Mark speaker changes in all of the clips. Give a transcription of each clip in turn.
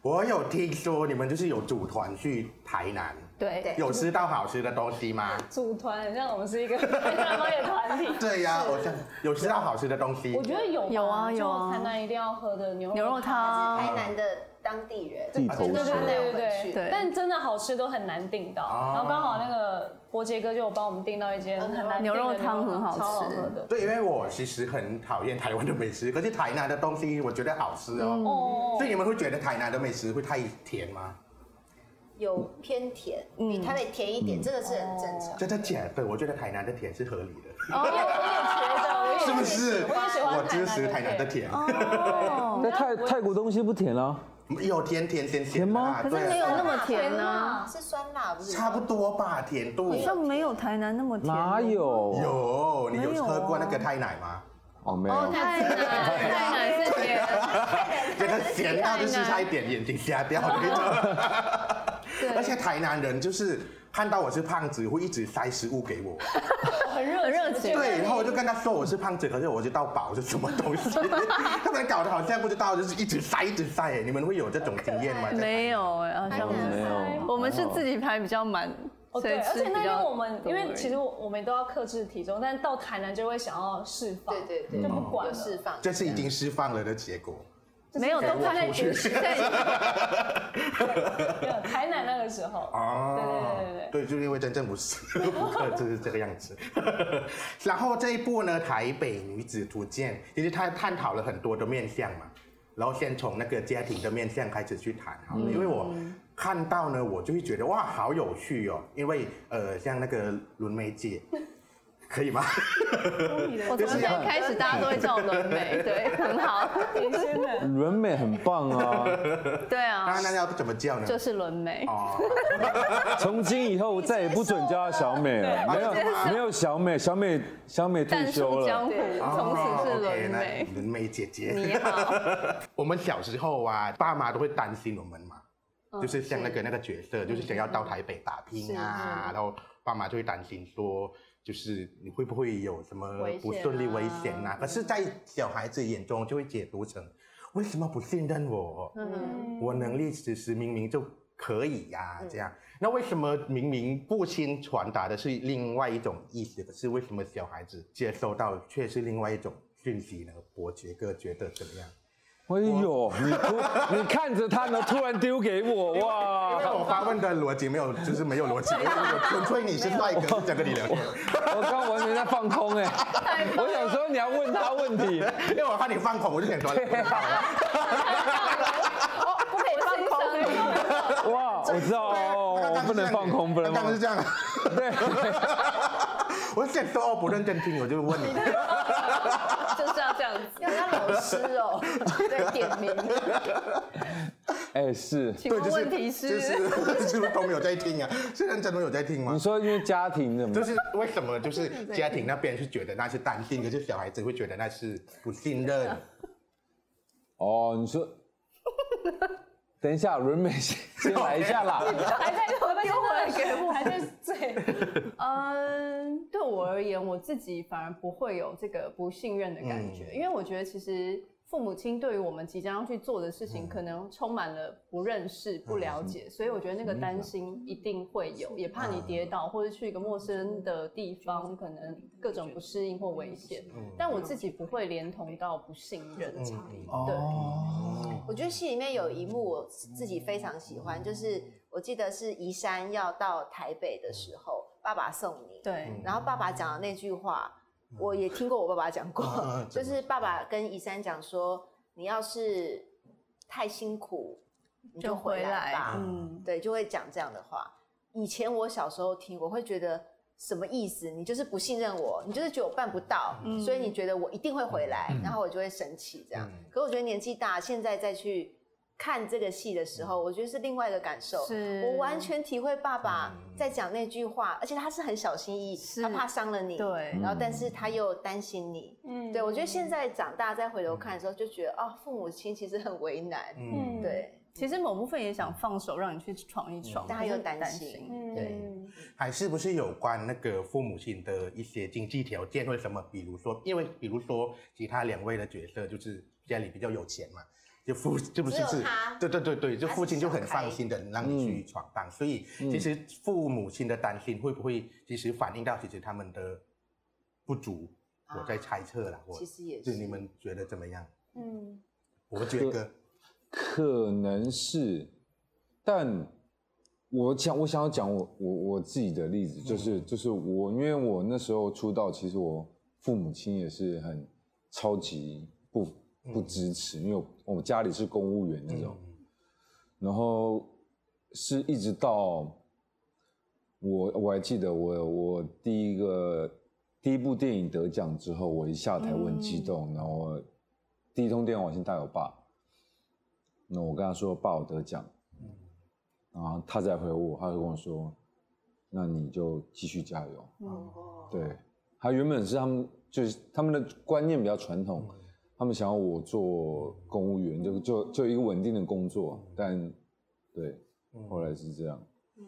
Speaker 1: 我有听说你们就是有组团去台南，
Speaker 2: 对
Speaker 3: 哎
Speaker 4: 对
Speaker 1: 有吃到好吃的东西吗？
Speaker 2: 组团，很像我们是一个 台南的团体。
Speaker 1: 对呀、我这有吃到好吃的东西
Speaker 2: 我。觉得有吧
Speaker 3: 有啊有啊
Speaker 2: 就台南一定要喝的牛
Speaker 3: 牛肉汤
Speaker 4: 台南的当地人，
Speaker 5: 地头
Speaker 2: 对对
Speaker 5: 蛇
Speaker 2: 对对对
Speaker 4: 对
Speaker 2: 对
Speaker 3: 对
Speaker 2: 但真的好吃都很难订到。
Speaker 1: 哦
Speaker 2: 然后刚好那个伯杰哥就有帮我们订到一间很难订的
Speaker 3: 哦牛肉汤很好吃
Speaker 2: 超好喝的。
Speaker 1: 对，因为我其实很讨厌台湾的美食，可是台南的东西我觉得好吃哦。
Speaker 2: 哦
Speaker 3: 嗯
Speaker 1: 所，以你们会觉得台南的美食会太甜吗？
Speaker 4: 有偏甜，比台北甜一点，这个是很正常。
Speaker 1: 真的假的？我觉得台南的甜是合理的，
Speaker 2: 我也我也觉得，
Speaker 1: 是不是？
Speaker 2: 哦我也喜欢
Speaker 1: 我支持台南的甜，
Speaker 3: 哦，
Speaker 5: 那泰泰国东西不甜啊啦，
Speaker 1: 有甜甜咸咸的啊
Speaker 3: 可是
Speaker 1: 对
Speaker 3: 没有那么甜啊，
Speaker 2: 啊？
Speaker 4: 是酸辣不是？
Speaker 1: 差不多吧，甜度
Speaker 3: 好。像没有台南那么甜。
Speaker 5: 哪？有？
Speaker 1: 有，你有
Speaker 3: 没有啊
Speaker 1: 喝过那个泰奶吗？
Speaker 5: 哦，没
Speaker 3: 哦，
Speaker 5: 有。
Speaker 3: 台南，台南是甜。
Speaker 1: 这个咸到就是差一点眼睛瞎掉那 种。而且台南人就是看到我是胖子，会一直塞食物 给我。
Speaker 2: 很热
Speaker 3: 很热情
Speaker 1: 对，然后我就跟他说我是胖子，可是我知道饱是什么东 西。他们搞得好像不知道，就是一直塞一直塞。欸你们会有这种经验吗？
Speaker 3: 没有哎，好像
Speaker 5: 哦没有
Speaker 3: 我们是自己排比较满，
Speaker 2: 哦，
Speaker 3: 所以
Speaker 2: 对，而
Speaker 3: 吃
Speaker 2: 且那
Speaker 3: 比
Speaker 2: 天
Speaker 3: 较
Speaker 2: 我们，因为其
Speaker 3: 实
Speaker 2: 实我我们都要克制体重，但到台南就会想要释放，
Speaker 4: 对对对，
Speaker 2: 就不管
Speaker 4: 有
Speaker 2: 了。
Speaker 4: 释放。
Speaker 1: 这是已经释放了的结果。
Speaker 3: 没有都
Speaker 1: 我
Speaker 3: 放在
Speaker 1: 出去
Speaker 3: 局限。对
Speaker 2: 没有台南那个时候，
Speaker 1: 哦，
Speaker 2: 对对对对
Speaker 1: 对，就因为真正不是不克制是这个样子。 然后这一部呢，《台北女子图鉴》，其实它探讨了很多的面向嘛，然后先从那个家庭的面向开始去谈好了，
Speaker 3: 嗯
Speaker 1: 因为我。看到呢，我就会觉得哇，好有趣哦！因为呃，像那个伦梅姐，可以吗？
Speaker 3: 我从现在开始大家都会叫我伦美，对，很好，
Speaker 5: 伦美很 棒啊！
Speaker 3: 对 啊
Speaker 1: 那，那要怎么叫呢？
Speaker 3: 就是伦美。
Speaker 1: 哦，
Speaker 5: 从今以后我再也不准叫她小美了，没有没有小美，小美小美退
Speaker 3: 淡
Speaker 5: 休
Speaker 3: 出江
Speaker 5: 了
Speaker 3: 湖，。 从此是伦
Speaker 1: 哦 OK，
Speaker 3: 美
Speaker 1: 哦那。伦梅姐姐，
Speaker 3: 你好，
Speaker 1: 我们小时候啊，爸妈都会担心我们嘛，
Speaker 3: 哦
Speaker 1: 就是像那个那个角色，就是想要到台北打拼啊，然后爸妈就会担心说，就是你会不会有什么
Speaker 3: 危险啊嗯
Speaker 1: 不顺利、危险啊？可是，在小孩子眼中就会解读成，为什么不信任我？
Speaker 4: 嗯
Speaker 3: 嗯
Speaker 1: 我能力其实明明就可以呀、这样。那为什么明明父亲传达的是另外一种意思，可是为什么小孩子接收到却是另外一种讯息呢？伯爵哥觉得怎么样？
Speaker 5: 哎呦，你突你看着她呢，突然丢给我，
Speaker 1: 因为
Speaker 5: 哇！
Speaker 1: 我发问的逻辑没有，就是没有逻 辑，因为我纯粹你是帅哥，就想跟你聊天，
Speaker 5: 我刚完全在放空哎，我想说你要问她 问题，
Speaker 1: 因为我怕你放空，我就想 说哎你放
Speaker 3: 不可以放空。
Speaker 5: 哇！我知道哦，我不能放空，不能
Speaker 1: 刚
Speaker 5: 放
Speaker 1: 刚是这
Speaker 5: 空。
Speaker 1: 样，
Speaker 5: 对，
Speaker 1: 我想说哦，不认真听，我就问 你，
Speaker 3: 就是要这样子，
Speaker 4: 要当老师哦，对，点名。
Speaker 5: 哎是。
Speaker 3: 请问问题？
Speaker 1: 就是是是不是都没有在听啊？是认真都有在听吗
Speaker 5: 你？说因为家庭怎么
Speaker 1: 就？是为什么就是家庭那边是觉得那是担心，可是小孩子会觉得那是不信任，
Speaker 5: 哦，你说，等一下，伦美先先来一下啦。
Speaker 2: 还在丢回来给我，还在醉。
Speaker 3: 嗯，对我而言，我自己反而不会有这个不信任的感觉，因为我觉得其实父母亲对于我们即将要去做的事情，可能充满了不认识、不了解，所以我觉得那个担心一定会有，也怕你跌倒或者去一个陌生的地方，可能各种不适应或危险。但我自己不会连同到不信任，对。
Speaker 1: 哦
Speaker 4: 我觉得戏里面有一幕我自己非常喜欢，就是我记得是宜山要到台北的时候，爸爸送你，
Speaker 3: 对，
Speaker 4: 然后爸爸讲的那句话，我也听过我爸爸讲过
Speaker 1: 嗯嗯嗯，
Speaker 4: 就是爸爸跟宜山讲说，你要是太辛苦，你就回来吧，
Speaker 3: 嗯，
Speaker 4: 对，就会讲这样的话。以前我小时候听，我会觉得什么意思？你就是不信任我，你就是觉得我办不到，所以你觉得我一定会回来，然后我就会生气这样。可我觉得年纪大，现在再去看这个戏的时候，我觉得是另外一个感受。
Speaker 3: 是
Speaker 4: 我完全体会爸爸在讲那句话，而且他是很小心翼翼，他怕伤了你，
Speaker 3: 对
Speaker 4: 然后但是他又担心你。
Speaker 2: 嗯
Speaker 4: 对，我觉得现在长大再回头看的时候，就觉得哦，父母亲其实很为难，
Speaker 1: 嗯，
Speaker 4: 对，
Speaker 3: 其实某部分也想放手让你去闯一
Speaker 1: 嗯
Speaker 3: 闯，
Speaker 4: 但他
Speaker 3: 可是
Speaker 4: 又
Speaker 3: 很
Speaker 4: 担
Speaker 3: 担
Speaker 4: 心
Speaker 3: 心。
Speaker 2: 嗯，
Speaker 1: 还是不是有关那个父母亲的一些经济条件或者什么？比如说，因为比如说其他两位的角色就是家里比较有钱嘛，就父这不是
Speaker 4: 只
Speaker 1: 是
Speaker 4: 有他，
Speaker 1: 对对对对，就
Speaker 4: 他
Speaker 1: 父
Speaker 4: 是
Speaker 1: 亲就
Speaker 4: 小
Speaker 1: 很
Speaker 4: 孩
Speaker 1: 放心的让你去闯荡，所以其实父母亲的担心会不会其实反映到其实他们的不足？我在猜测啦，我
Speaker 4: 啊其实也
Speaker 1: 就是你们觉得怎么样？
Speaker 2: 嗯，
Speaker 1: 我觉得
Speaker 5: 可能是，但我想我想要讲我我我自己的例子，就是、就是我因为我那时候出道，其实我父母亲也是很超级不不支持，因为我我家里是公务员
Speaker 1: 嗯
Speaker 5: 那种，然后是一直到我我还记得我我第一个第一部电影得奖之后，我一下台我很激动，然后我第一通电话我先打给我爸，那我跟他说爸我得奖，然后他才回我，他就跟我说，那你就继续加油，对，他原本是他们就是他们的观念比较传统，他们想要我做公务员，就就就一个稳定的工作，但对，后来是这样，
Speaker 1: 嗯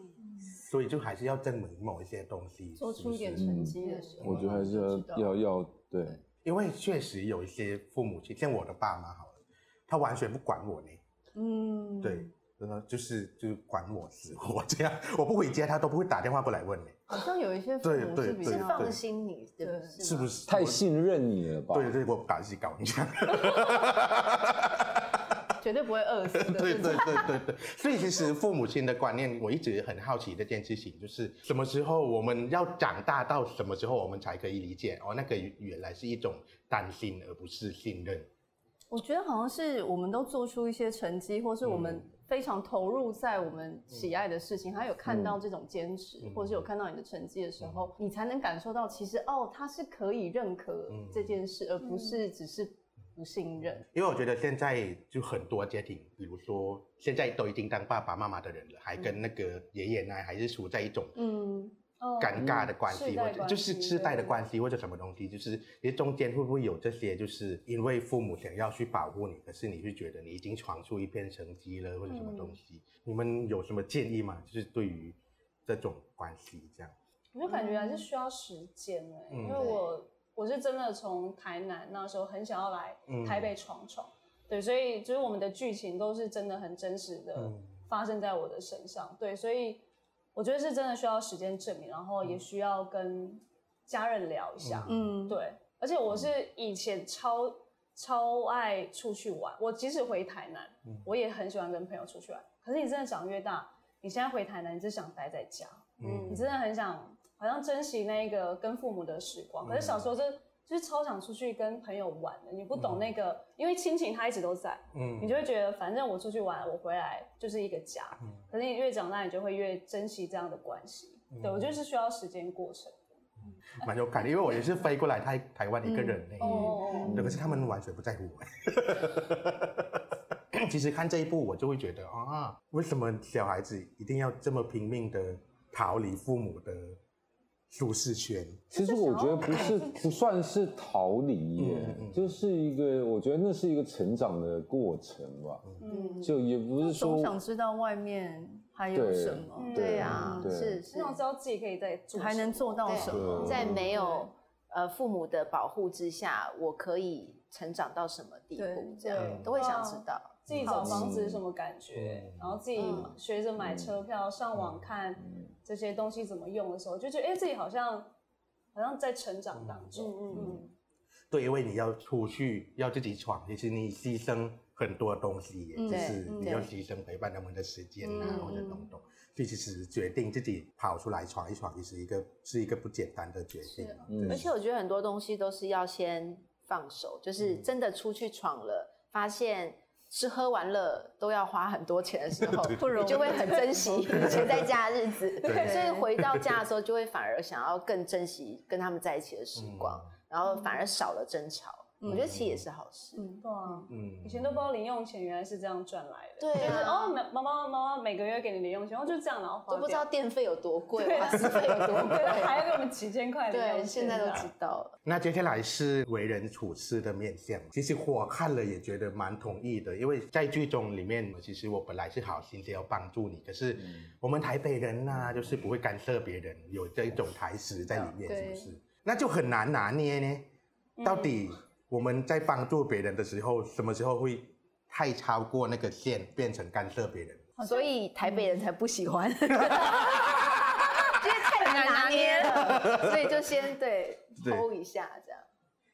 Speaker 1: 所以就还是要证明某一些东西，
Speaker 3: 做出一点
Speaker 5: 是
Speaker 3: 成绩的时候，
Speaker 5: 我觉得还是要
Speaker 3: 知道
Speaker 5: 要要对，
Speaker 1: 因为确实有一些父母亲，像我的爸妈好了，他完全不管我呢，
Speaker 3: 嗯，
Speaker 1: 对，然后就是就是管我死 活这样，我不回家他都不会打电话过来问你
Speaker 3: 好像有一些父母是比
Speaker 1: 对
Speaker 4: 是
Speaker 1: 对
Speaker 3: 较
Speaker 4: 放心你，对不
Speaker 3: 对
Speaker 4: 是吗？
Speaker 1: 是不是
Speaker 5: 太信任你了吧？
Speaker 1: 对对，我把自己搞成这样。
Speaker 3: 绝对不会饿死的，
Speaker 1: 对对对对对，所以其实父母亲的观念，我一直很好奇的一件事情，就是什么时候我们要长大到什么时候我们才可以理解哦，那个原来是一种担心，而不是信任。
Speaker 3: 我觉得好像是我们都做出一些成绩，或是我们
Speaker 1: 嗯
Speaker 3: 非常投入在我们喜爱的事情，还有看
Speaker 1: 嗯
Speaker 3: 到这种坚持，或是有看到你的成绩的时候，你才能感受到其实哦，他是可以认可
Speaker 1: 嗯
Speaker 3: 这件事，而不是只是不信任。
Speaker 1: 因为我觉得现在就很多家庭，比如说现在都已经当爸爸妈妈的人了，还
Speaker 2: 嗯
Speaker 1: 跟那个爷爷奶奶还是处在一种
Speaker 3: 嗯，
Speaker 2: 哦
Speaker 1: 尴尬的关
Speaker 2: 世
Speaker 1: 系，
Speaker 2: 代
Speaker 1: 或者
Speaker 2: 关
Speaker 1: 就是
Speaker 2: 系
Speaker 1: 世代的
Speaker 2: 对
Speaker 1: 关系或者什么东西，就是其实中间会不会有这些，就是因为父母想要去保护你，可是你却觉得你已经闯出一片成绩了，或者什么
Speaker 2: 嗯
Speaker 1: 东西，你们有什么建议吗？就是对于这种关系这样，
Speaker 2: 我就感觉还是需要时间哎、
Speaker 1: 嗯
Speaker 2: 因为我我是真的从台南那时候很想要来
Speaker 1: 嗯
Speaker 2: 台北闯闯，对，所以就是我们的剧情都是真的很真实的
Speaker 1: 嗯
Speaker 2: 发生在我的身上，对，所以我觉得是真的需要时间证明，然后
Speaker 1: 嗯
Speaker 2: 也需要跟家人聊一下，
Speaker 3: 嗯，
Speaker 2: 对，而且我是以前超超爱出去玩，我即使回台南，
Speaker 1: 嗯
Speaker 2: 我也很喜欢跟朋友出去玩。可是你真的长越大，你现在回台南，你只想待在家，
Speaker 1: 嗯
Speaker 2: 你真的很想好像珍惜那一个跟父母的时光。可是小时
Speaker 1: 嗯
Speaker 2: 候真的就是超想出去跟朋友玩的，你不懂那个，因为亲情他一直都在，你
Speaker 1: 嗯
Speaker 2: 就会觉得反正我出去玩，我回来就是一个家。可是你越长大，你就会越珍惜这样的关系。
Speaker 1: 嗯
Speaker 2: 对我觉得是需要时间过程。
Speaker 1: 蛮有感的，因为我也是飞过来台台湾一个人呢、
Speaker 2: 哦
Speaker 1: 对，可是他们完全不在乎我。 其实看这一部，我就会觉得啊，为什么小孩子一定要这么拼命的逃离父母的舒适圈？
Speaker 5: 其实我觉得不是不算是逃
Speaker 1: 嗯
Speaker 5: 离耶，就是一个我觉得那是一个成长的过程吧，
Speaker 2: 嗯，
Speaker 5: 就也不是说
Speaker 3: 总想知道外面还有什么，
Speaker 5: 对嗯
Speaker 4: 对啊，
Speaker 3: 嗯
Speaker 5: 对
Speaker 4: 是是
Speaker 2: 很，想知道自己可以在做什么，
Speaker 3: 还能做到什么
Speaker 5: 对？
Speaker 4: 在没有呃父母的保护之下，我可以成长到什么地步
Speaker 3: 对？
Speaker 4: 这样
Speaker 2: 对
Speaker 4: 都会想知道。
Speaker 2: 自己找房子是什么感觉，然后自己
Speaker 4: 嗯
Speaker 2: 学着买车票、上网
Speaker 5: 嗯
Speaker 2: 看这些东西怎么用的时候，就觉得哎、诶自己好像好像在成长当中。嗯嗯
Speaker 1: 对，因为你要出去，要自己闯，其实你牺牲很多东西耶，
Speaker 3: 嗯
Speaker 1: 就是
Speaker 4: 对
Speaker 1: 你要牺牲陪伴他们的时间啊，
Speaker 3: 嗯
Speaker 1: 或者等等。所以其实决定自己跑出来闯一闯，也是一个是一个不简单的决定啊。
Speaker 5: 嗯
Speaker 4: 而且我觉得很多东西都是要先放手，就是真的出去闯了，发现吃喝玩乐都要花很多钱的时候，
Speaker 3: 不容易
Speaker 4: 你就会很珍惜以前在家的日子，
Speaker 1: 对
Speaker 4: 所以回到家的时候就会反而想要更珍惜跟他们在一起的
Speaker 1: 嗯
Speaker 4: 时光，然后反而少了争吵。我觉得其实也是好事。
Speaker 2: 嗯，对啊，
Speaker 1: 嗯
Speaker 2: 以前都不知道零用钱原来是这样赚来的，
Speaker 4: 对啊
Speaker 2: 就是哦，妈妈妈妈每个月给你零用钱，哦然后就这样，然后花
Speaker 4: 都不知道
Speaker 2: 掉
Speaker 4: 电费有多 贵，
Speaker 2: 对
Speaker 4: 瓦斯费有多贵
Speaker 2: 对，还要给我们几千块的零
Speaker 4: 啊
Speaker 2: 用
Speaker 4: 对，
Speaker 2: 钱，啊
Speaker 4: 现在都
Speaker 2: 这样
Speaker 4: 知道了。
Speaker 1: 那接下来是为人处事的面相，其实我看了也觉得蛮同意的，因为在剧中里面，其实我本来是好心是要帮助你，可是我们台北人呐、就是不会干涉别人，有这一种台词在里面，
Speaker 3: 对
Speaker 1: 是不是？那就很难拿捏呢。到底我们在帮助别人的时候，什么时候会太超过那个线，变成干涉别人。
Speaker 4: 所以台北人才不喜欢， 因为嗯太难拿捏了， 所以就先对
Speaker 1: 对
Speaker 4: 偷一下这样。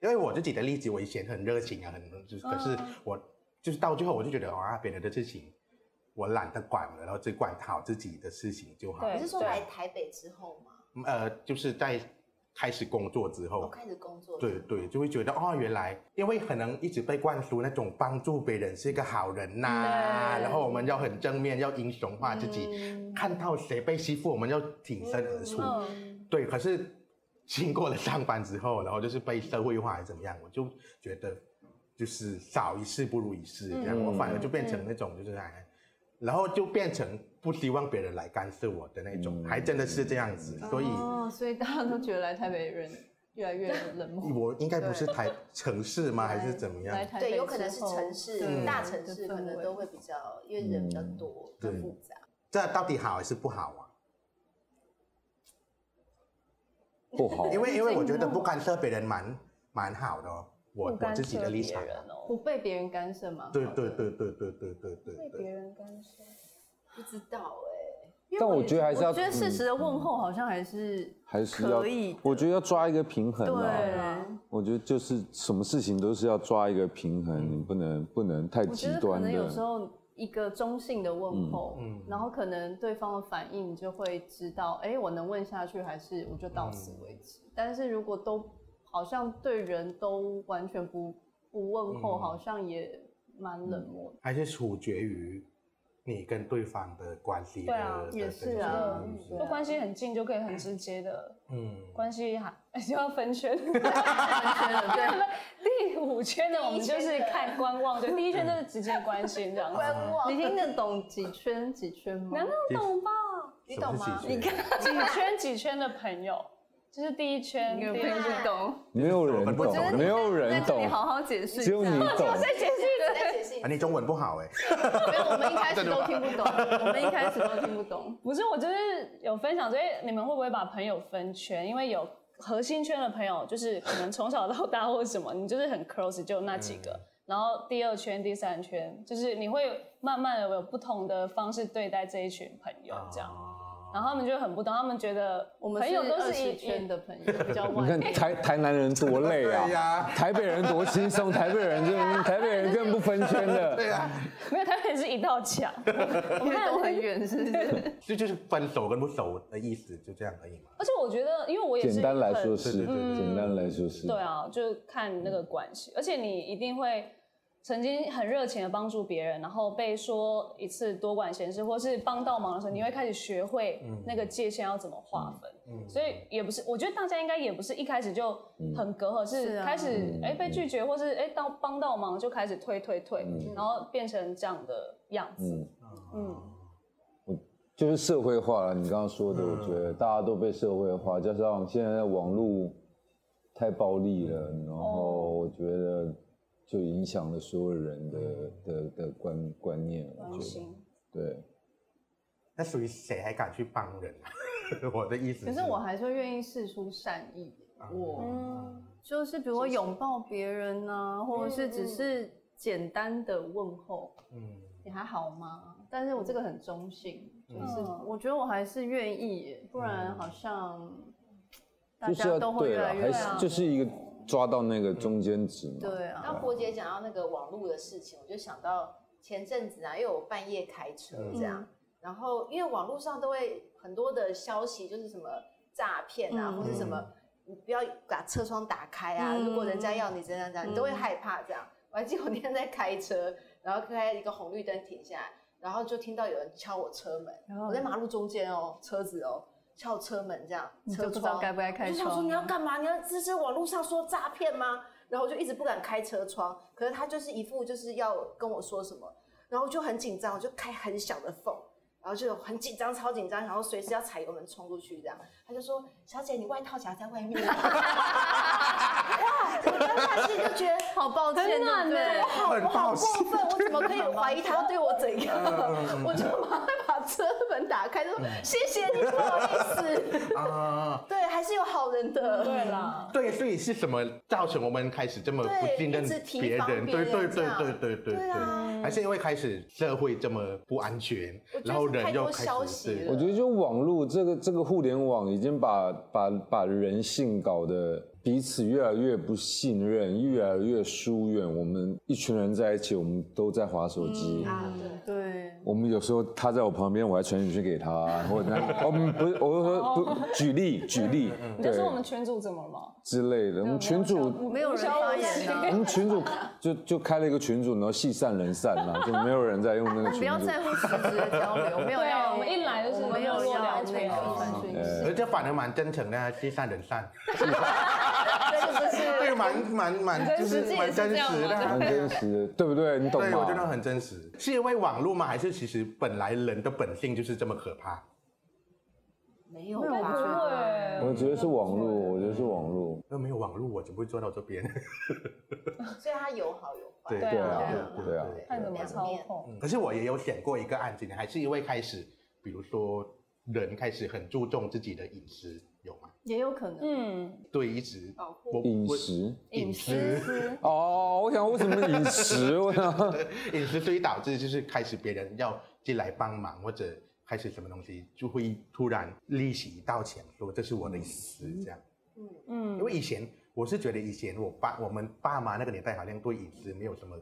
Speaker 1: 因为我自己的例子，我以前很热情啊，很就是，可
Speaker 2: 哦
Speaker 1: 是我就是到最后，我就觉得啊，别人的事情我懒得管了，然后只管好自己的事情就好。
Speaker 2: 对
Speaker 4: 你是说
Speaker 2: 对
Speaker 4: 来台北之后吗？
Speaker 1: 呃，就是在开始工作之
Speaker 4: 我
Speaker 1: 后，
Speaker 4: 开始工作，
Speaker 1: 对对，就会觉得哦，原来因为可能一直被灌输那种帮助别人是一个好人呐、
Speaker 2: 对
Speaker 1: 然后我们要很正面，要英雄化自己，
Speaker 2: 嗯
Speaker 1: 看到谁被欺负，我们要挺身而出。
Speaker 2: 嗯
Speaker 1: 对，可是经过了上班之后，然后就是被社会化还是怎么样，我就觉得就是少一事不如一事，这样、
Speaker 5: 嗯
Speaker 1: 我反而就变成那种就是哎，然后就变成不希望别人来干涉我的那种，
Speaker 5: 嗯
Speaker 1: 还真的是这样子，所以。
Speaker 3: 哦，所以大家都觉得来台北人越来越冷漠。
Speaker 1: 我应该不是台城市嗯吗？还是怎么样
Speaker 3: 来？台北
Speaker 4: 对，有可能是
Speaker 3: 之后
Speaker 4: 城市
Speaker 3: 对
Speaker 4: 大城市
Speaker 3: 的氛
Speaker 4: 可能
Speaker 3: 围
Speaker 4: 都会比较，因为人比较多
Speaker 1: 嗯对
Speaker 4: 更复杂。
Speaker 1: 这到底好还是不好啊？
Speaker 5: 不好。
Speaker 1: 因为因为我觉得不干涉别人蛮蛮好的哦，我
Speaker 2: 不
Speaker 1: 我
Speaker 2: 干
Speaker 1: 自己
Speaker 2: 涉
Speaker 1: 的立
Speaker 2: 别
Speaker 1: 场啊。
Speaker 2: 人哦，
Speaker 3: 不被别人干涉嘛。
Speaker 1: 对对对对对对对对
Speaker 2: 被
Speaker 1: 对
Speaker 2: 别。人干涉。
Speaker 4: 不知道哎，
Speaker 3: 因为
Speaker 5: 但我觉得还是要
Speaker 3: 我觉得适时的
Speaker 5: 嗯
Speaker 3: 问候好像还是
Speaker 5: 还是要
Speaker 3: 可以的，
Speaker 5: 我觉得要抓一个平衡
Speaker 3: 对
Speaker 5: 啊。我觉得就是什么事情都是要抓一个平衡，你不能不能太
Speaker 3: 嗯我
Speaker 5: 极
Speaker 3: 觉得可
Speaker 5: 端
Speaker 3: 能有时
Speaker 5: 的。
Speaker 3: 候一个中性的问候，
Speaker 1: 嗯嗯
Speaker 3: 然后可能对方的反应，你就会知道，哎、我能问下去，还是我就到此为止。
Speaker 2: 嗯
Speaker 3: 但是如果都好像对人都完全不不问候，
Speaker 1: 嗯
Speaker 3: 好像也蛮冷漠
Speaker 2: 嗯
Speaker 3: 的。
Speaker 1: 还是处决于你跟对方的关系的
Speaker 2: 对啊
Speaker 1: 的
Speaker 3: 也
Speaker 1: 的
Speaker 3: 是啊
Speaker 4: 嗯
Speaker 1: 因素
Speaker 2: 就关系很近就可以很直接的，
Speaker 1: 嗯，
Speaker 2: 关系还 就要分圈。
Speaker 3: 对，
Speaker 2: 第五圈呢，我们就
Speaker 4: 第一
Speaker 2: 是
Speaker 4: 圈的
Speaker 2: 看观望，对，第一圈就是直接关心这样 子。
Speaker 4: 观望
Speaker 3: 你听得懂几圈几圈吗？
Speaker 2: 难道懂吧？
Speaker 1: 你
Speaker 4: 懂吗
Speaker 1: 你看，
Speaker 2: 几圈几圈的朋友，就是第一圈，
Speaker 3: 有
Speaker 2: 第
Speaker 3: 听
Speaker 2: 二圈
Speaker 3: 不懂？
Speaker 5: 没有人
Speaker 1: 我觉得
Speaker 5: 懂，没有人
Speaker 3: 那你
Speaker 5: 懂，
Speaker 3: 好好解释一
Speaker 5: 只有
Speaker 3: 下
Speaker 5: 你懂。
Speaker 4: 解释一再解释一
Speaker 1: 啊，你中文不好 哎，
Speaker 3: 没有，我们一开始都听不懂，我们一开始都听不懂。
Speaker 2: 不是，我就是有分享，所以你们会不会把朋友分圈？因为有核心圈的朋友，就是可能从小到大或者什么，你就是很 close 就那几个。然后第二圈、第三圈，就是你会慢慢的有不同的方式对待这一群朋友，这样。然后他们就很不懂，他们觉得
Speaker 3: 我们
Speaker 2: 朋友都
Speaker 3: 二
Speaker 2: 是
Speaker 3: 十
Speaker 2: 一
Speaker 3: 圈
Speaker 2: 一
Speaker 3: 的朋友，比较
Speaker 5: 你
Speaker 3: 晚。
Speaker 5: 看台台南人多累
Speaker 1: 对
Speaker 5: 啊，
Speaker 1: 呀，
Speaker 5: 台北人多 轻松，台北人更台北人更不分圈的。
Speaker 1: 对呀，
Speaker 2: 没有，他们也是一道墙。 我
Speaker 3: 因
Speaker 2: 们
Speaker 3: 为都
Speaker 2: 很
Speaker 3: 很远，是不是？
Speaker 1: 这就是分手跟不熟的意思，就这样而已嘛。
Speaker 2: 而且我觉得，因为我也是
Speaker 5: 简单来
Speaker 2: 很
Speaker 5: 说是，
Speaker 1: 对对对
Speaker 5: 简单来说是。
Speaker 2: 对啊，就是看那个关系，而且你一定会曾经很热情的帮助别人，然后被说一次多管闲事，或是帮到忙的时候，你会开始学会那个界限要怎么划分。所以也不是，我觉得大家应该也不是一开始就
Speaker 5: 嗯
Speaker 2: 很隔阂，
Speaker 3: 是
Speaker 2: 是
Speaker 3: 啊
Speaker 2: 开始哎、被拒绝，或是哎到帮到忙就开始推推推，然后变成这样的样子。
Speaker 5: 嗯，
Speaker 2: 嗯，
Speaker 5: 就是社会化了。你刚刚说的，
Speaker 1: 嗯
Speaker 5: 我觉得大家都被社会化，加上现在网络太暴力了，
Speaker 3: 嗯
Speaker 5: 然后我觉得就影响了所有人的
Speaker 3: 嗯
Speaker 5: 的的观观念。我
Speaker 2: 关
Speaker 5: 觉得
Speaker 2: 心。
Speaker 5: 对，
Speaker 1: 那属于谁还敢去帮人啊？ 我的意思。
Speaker 3: 可是我还是会愿意试出善意。
Speaker 5: 啊
Speaker 3: 我
Speaker 2: 嗯，
Speaker 3: 就是比如说拥抱别人啊，或者是只是简单的问候，
Speaker 1: 嗯，
Speaker 3: 你还好吗？但是我这个很中性，就是
Speaker 2: 嗯
Speaker 3: 我觉得我还是愿意耶，不然好像大
Speaker 5: 嗯就是
Speaker 3: 家
Speaker 5: 要
Speaker 3: 都会
Speaker 5: 对
Speaker 3: 越
Speaker 5: 了，
Speaker 3: 来越
Speaker 5: 还
Speaker 2: 对啊
Speaker 5: 是就是一个抓到那个中间值嘛。
Speaker 3: 对
Speaker 4: 刚
Speaker 3: 啊，
Speaker 4: 刚伯姐讲到那个网络的事情，我就想到前阵子啊，因为我半夜开车这样，
Speaker 3: 嗯
Speaker 4: 然后因为网络上都会很多的消息，就是什么诈骗啊，
Speaker 3: 嗯
Speaker 4: 或是什么你不要把车窗打开啊，
Speaker 3: 嗯
Speaker 4: 如果人家要你怎样怎样，你都会害怕这样。我还记得我那天在开车，然后开一个红绿灯停下来，然后就听到有人敲我车门，我在马路中间哦，车子哦。敲车门这样，
Speaker 3: 你
Speaker 4: 车
Speaker 3: 就不知
Speaker 4: 窗
Speaker 3: 道该不该
Speaker 4: 我
Speaker 3: 开
Speaker 4: 就想说
Speaker 3: 窗啊
Speaker 4: 你。要干嘛？你要支持网络上说诈骗吗？然后我就一直不敢开车窗，可是他就是一副就是要跟我说什么，然后我就很紧张，我就开很小的缝，然后就很紧张，超紧张，然后随时要踩油门冲出去这样。他就说：“小姐，你外套夹在外面。” 哇！我当下心里就觉得
Speaker 3: 好抱歉，对
Speaker 2: 很暖
Speaker 3: 不对？
Speaker 2: 呢
Speaker 4: 我好我好过分，我怎么可以怀疑他要对我怎样？我就马上把车门打开，就
Speaker 5: 嗯
Speaker 4: 说谢谢你，不好意思。
Speaker 1: 啊，
Speaker 4: 对，还是有好人的。
Speaker 2: 对啦，
Speaker 1: 对，所以是什么造成我们开始这么
Speaker 4: 对
Speaker 1: 不信任
Speaker 4: 一直提
Speaker 1: 别
Speaker 4: 防
Speaker 1: 人？
Speaker 4: 别
Speaker 1: 对
Speaker 4: 人
Speaker 1: 对
Speaker 4: 这
Speaker 1: 对
Speaker 4: 样
Speaker 1: 对对对
Speaker 4: 对啊
Speaker 1: 还是因为开始社会这么不安全
Speaker 4: 我觉，得
Speaker 1: 然后
Speaker 4: 是
Speaker 1: 人
Speaker 4: 太
Speaker 1: 又
Speaker 4: 多
Speaker 1: 开始
Speaker 4: 消息
Speaker 1: 对
Speaker 4: 了
Speaker 5: 我觉得就网络这个这个互联网已经把把把人性搞得彼此越来越不信任，越来越疏远。我们一群人在一起，我们都在划手机。
Speaker 4: 嗯
Speaker 3: 嗯对，
Speaker 5: 我们有时候他在我旁边，我还传简讯给他，或者他我们不是，我就说不举例
Speaker 4: 哦
Speaker 5: 举例，
Speaker 4: 嗯
Speaker 2: 你就
Speaker 5: 对
Speaker 2: 说我们群主怎么了吗？
Speaker 5: 之类的。我们群主
Speaker 4: 没有人发言啊
Speaker 5: 我们群主就就开了一个群主，然后戏散人散了、就没有人在用那 个
Speaker 4: 不
Speaker 5: 群
Speaker 4: 要
Speaker 5: 主。
Speaker 4: 在乎实质的交流，没有
Speaker 2: 对
Speaker 4: 要
Speaker 2: 我们一来就是
Speaker 4: 我们没有
Speaker 2: 没有
Speaker 4: 要
Speaker 2: 要
Speaker 4: 那个
Speaker 2: 那个
Speaker 4: 讯息，
Speaker 1: 而且嗯呃反而蛮真诚的啊，积善人善，对，蛮蛮蛮，就
Speaker 2: 真实
Speaker 1: 是
Speaker 2: 自己
Speaker 1: 蛮
Speaker 2: 是
Speaker 1: 真
Speaker 2: 这样
Speaker 1: 实
Speaker 2: 吗
Speaker 1: 的啊
Speaker 5: 很。真实，对不对？你懂
Speaker 1: 对，
Speaker 5: 吗？
Speaker 1: 我觉得很真实。是因为网络吗？还是其实本来人的本性就是这么可怕？
Speaker 4: 没有
Speaker 2: 应该不
Speaker 4: 吧？
Speaker 2: 会，
Speaker 5: 我觉得是网络，我觉得是网络。
Speaker 1: 那没有网络，我怎么会做到这边？
Speaker 4: 所以它有好有坏，
Speaker 2: 对啊
Speaker 1: 对
Speaker 5: 对啊
Speaker 2: 看怎么
Speaker 4: 两
Speaker 2: 操
Speaker 4: 面
Speaker 2: 控。
Speaker 1: 嗯可是我也有想过一个案件，还是因为开始，比如说人开始很注重自己的隐私，有吗？
Speaker 3: 也有可能。
Speaker 2: 嗯，
Speaker 1: 对，一直
Speaker 3: 保护
Speaker 1: 我
Speaker 5: 饮
Speaker 1: 我
Speaker 5: 食
Speaker 1: 隐私
Speaker 5: 哦，我想为什么饮食？我想
Speaker 1: 隐私，所以导致就是开始别人要进来帮忙或者。开始什么东西就会突然立起一道墙，说这是我的隐私，这样。因
Speaker 2: 嗯，
Speaker 1: 为以前我是觉得以前我爸我们爸妈那个年代好像对隐私没有什么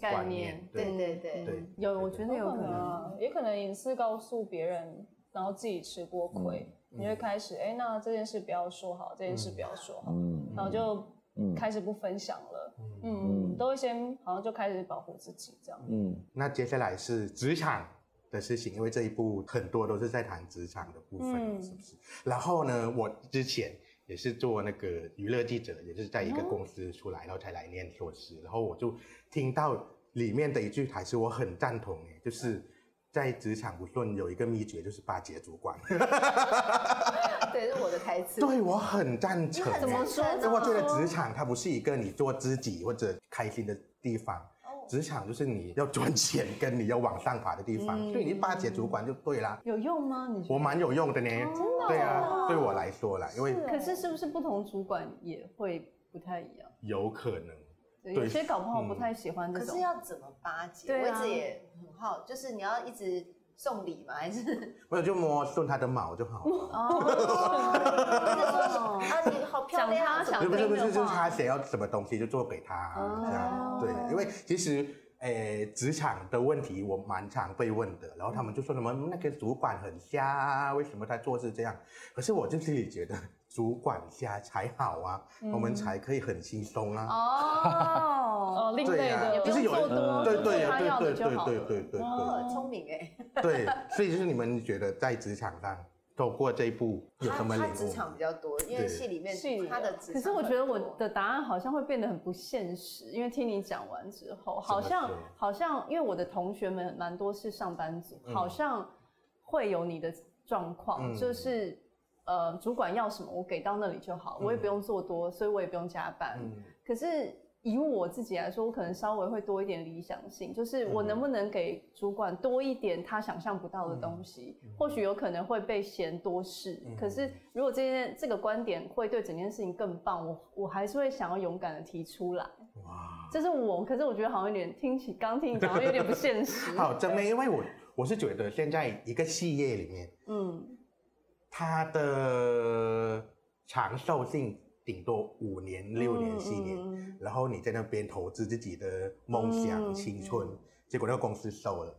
Speaker 3: 概
Speaker 1: 观念
Speaker 3: 念，
Speaker 1: 对
Speaker 4: 对对对
Speaker 1: 对
Speaker 3: 有，我觉得有
Speaker 2: 有
Speaker 3: 可
Speaker 2: 可能
Speaker 3: 能。
Speaker 2: 啊，也可能隐私告诉别人，然后自己吃锅
Speaker 1: 嗯
Speaker 2: 亏，你会开始哎，那这件事不要说好，这件事不要说好，
Speaker 5: 嗯
Speaker 2: 然后就
Speaker 5: 嗯
Speaker 2: 开始不分享了。嗯，都会先好像就开始保护自己这样。
Speaker 5: 嗯
Speaker 1: 那接下来是职场的事情，因为这一部很多都是在谈职场的部分，
Speaker 2: 嗯
Speaker 1: 是不是？然后呢，我之前也是做那个娱乐记者，也是在一
Speaker 4: 哦
Speaker 1: 个公司出来，然后才来念硕士。然后我就听到里面的一句台词，我很赞同诶，就是在职场不论有一个秘诀，就是巴结主 管。
Speaker 4: 对，是我的台词。
Speaker 1: 对我很赞成欸。
Speaker 4: 怎么说
Speaker 1: 因为我觉得职场它不是一个你做自己或者开心的地方，
Speaker 4: 哦
Speaker 1: 职场就是你要赚钱跟你要往上爬的地方，所以你巴结主管就对啦。
Speaker 3: 有用吗？你觉
Speaker 1: 我
Speaker 3: 得？
Speaker 1: 蛮有用的呢，对啊，对我来说啦，因为
Speaker 3: 可是是不是不同主管也会不太一样？
Speaker 1: 有可能，对嗯
Speaker 3: 对有些搞不好不太喜欢这
Speaker 4: 可
Speaker 3: 种
Speaker 4: 是。要怎么巴结？
Speaker 3: 对
Speaker 4: 我一
Speaker 3: 啊
Speaker 4: 直也很好，就是你要一直送礼吗？ 还是一
Speaker 1: 我就摸顺它的毛就好了。
Speaker 3: 哦
Speaker 4: 直说啊你好漂亮啊？
Speaker 3: 讲他
Speaker 4: 怎
Speaker 1: 不
Speaker 4: 么
Speaker 1: 是
Speaker 4: 样
Speaker 1: 不是，就是他想要什么东西就做给他，
Speaker 3: 哦
Speaker 1: 这样对，因为其实。诶，职场的问题我蛮常被问的，然后他们就说什么嗯那个主管很瞎啊，为什么他做事这样？可是我就心里觉得主管瞎才好啊，我们才可以很轻松啊。
Speaker 3: 哦，
Speaker 2: 哦，另
Speaker 1: 对
Speaker 2: 类
Speaker 1: 啊
Speaker 2: 的，，
Speaker 1: 就是有人对对对
Speaker 3: 他
Speaker 1: 对
Speaker 3: 要的
Speaker 1: 对
Speaker 3: 就
Speaker 1: 对
Speaker 3: 好
Speaker 1: 对
Speaker 3: 了哦
Speaker 1: 对对
Speaker 4: 呃聪明哎，
Speaker 1: 对对，所以就是你们觉得在职场上透过这一步有什么
Speaker 4: 他
Speaker 1: 领
Speaker 4: 他职
Speaker 1: 悟？
Speaker 4: 场比较多，因为
Speaker 1: 对
Speaker 4: 戏里面
Speaker 2: 戏里
Speaker 4: 他的职场很
Speaker 3: 可
Speaker 4: 多。
Speaker 3: 是我觉得我的答案好像会变得很不现实，因为听你讲完之后，好像
Speaker 1: 说
Speaker 3: 好像因为我的同学们蛮多是上班族，
Speaker 1: 嗯
Speaker 3: 好像会有你的状况，
Speaker 1: 嗯
Speaker 3: 就是呃，主管要什么我给到那里就好，我也不用做多，所以我也不用加班。
Speaker 1: 嗯
Speaker 3: 可是以我自己来说，我可能稍微会多一点理想性，
Speaker 1: 嗯
Speaker 3: 就是我能不能给主管多一点他想象不到的
Speaker 1: 嗯
Speaker 3: 东西？或许有可能会被嫌多事，可是如果这件这个观点会对整件事情更棒，我我还是会想要勇敢的提出来。
Speaker 1: 哇，
Speaker 3: 这是我，可是我觉得好像有点听起刚听你讲好像有点不现实。
Speaker 1: 好，真的，因为我我是觉得现在一个企业里面，
Speaker 3: 嗯，
Speaker 1: 它的长寿性顶多五年、六年、
Speaker 3: 嗯
Speaker 1: 七年，
Speaker 3: 嗯嗯
Speaker 1: 然后你在那边投资自己的梦想、青春，结果那个公司收了，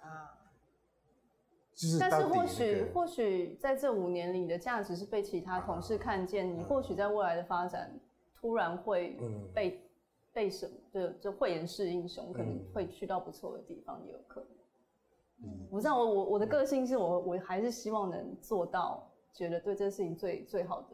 Speaker 4: 啊，
Speaker 1: 就是
Speaker 3: 但
Speaker 1: 到
Speaker 3: 是
Speaker 1: 底
Speaker 3: 或
Speaker 1: 那
Speaker 3: 许
Speaker 1: 个
Speaker 3: 或许在这五年里，你的价值是被其他同事看见，你或许在未来的发展突然会
Speaker 1: 嗯
Speaker 3: 被、被什么就就慧眼识英雄，可能会去到不错的地方，也有可能。我不知道，我我我的个性是我我还是希望能做到，觉得对这件事情最最好的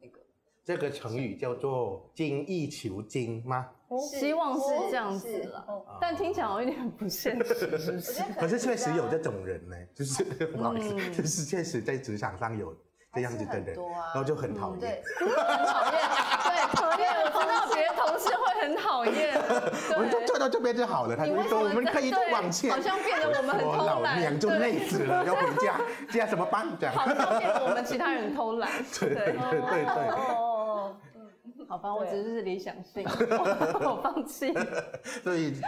Speaker 3: 那个，
Speaker 1: 这个成语叫做精益求精吗？
Speaker 3: 希望是这样子啦。
Speaker 2: 哦
Speaker 3: 但听起来好像有点不现实，是不
Speaker 4: 我
Speaker 3: 是？
Speaker 4: 觉得
Speaker 1: 可是确
Speaker 4: 这
Speaker 1: 实
Speaker 4: 样
Speaker 1: 有这种人呢，就是不好意思，就是确实在职场上有这样子的
Speaker 4: 还是很
Speaker 1: 人，
Speaker 4: 多啊
Speaker 1: 然后就很讨厌
Speaker 4: 对。，
Speaker 3: 很讨厌， 对，讨厌。我知道别的同事会很讨厌，
Speaker 1: 我们就
Speaker 3: 对。
Speaker 1: 跳到这边就好了，他就
Speaker 3: 你
Speaker 1: 会
Speaker 3: 为什
Speaker 1: 说
Speaker 3: 么
Speaker 1: 我们可以再
Speaker 3: 对
Speaker 1: 往前。
Speaker 3: 好像变得我们 很
Speaker 1: 我
Speaker 3: 偷
Speaker 1: 老
Speaker 3: 懒
Speaker 1: 娘就
Speaker 3: 对
Speaker 1: 累死了，要回家，这样怎么办？这样。
Speaker 3: 好像变得我们其他人偷懒，
Speaker 1: 对对
Speaker 3: 对，
Speaker 1: 对对对。
Speaker 2: 哦，
Speaker 3: 好吧，我
Speaker 2: 对
Speaker 3: 只是理想性， 我我放弃。
Speaker 1: 所以嗯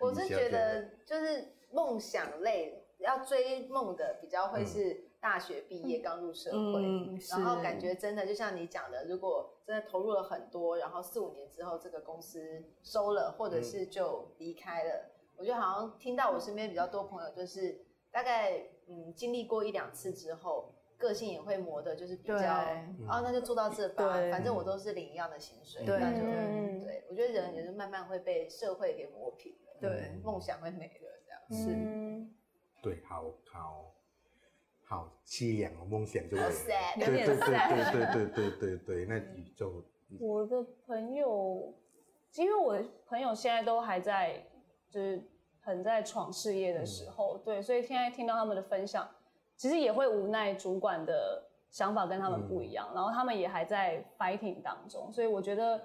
Speaker 4: 我是觉得就是梦想类要追梦的比较
Speaker 1: 嗯
Speaker 4: 会是大学毕业刚入社会，
Speaker 3: 嗯
Speaker 4: 然后感
Speaker 3: 觉
Speaker 4: 觉真的就像你讲的，如果真的投入了很多，然后四五年之后这个公司收了，或者是就离开了，我觉得好像听到我身边比较多朋友，就是大概嗯经历过一两次之后，个性也会磨的，就是比较
Speaker 3: 对
Speaker 4: 哦，那就做到这吧，
Speaker 3: 对
Speaker 4: 反正我都是领一样的薪水，
Speaker 3: 对
Speaker 4: 那就
Speaker 2: 嗯
Speaker 4: 对，我觉得人也是慢慢会被社会给磨平了，
Speaker 3: 对
Speaker 4: 梦想会没了这样。
Speaker 2: 是，
Speaker 1: 对，好好好凄凉哦，梦想就没了
Speaker 4: 好
Speaker 1: 对
Speaker 4: sad 有
Speaker 1: 对
Speaker 4: 点
Speaker 1: 对
Speaker 4: sad
Speaker 1: 对对对对对对，那宇宙
Speaker 2: 我的朋友，因为我的朋友现在都还在，就是很在闯事业的时候，对，所以现在听到他们的分享，其实也会无奈主管的想法跟他们不一样，然后他们也还在 fighting 当中，所以我觉得，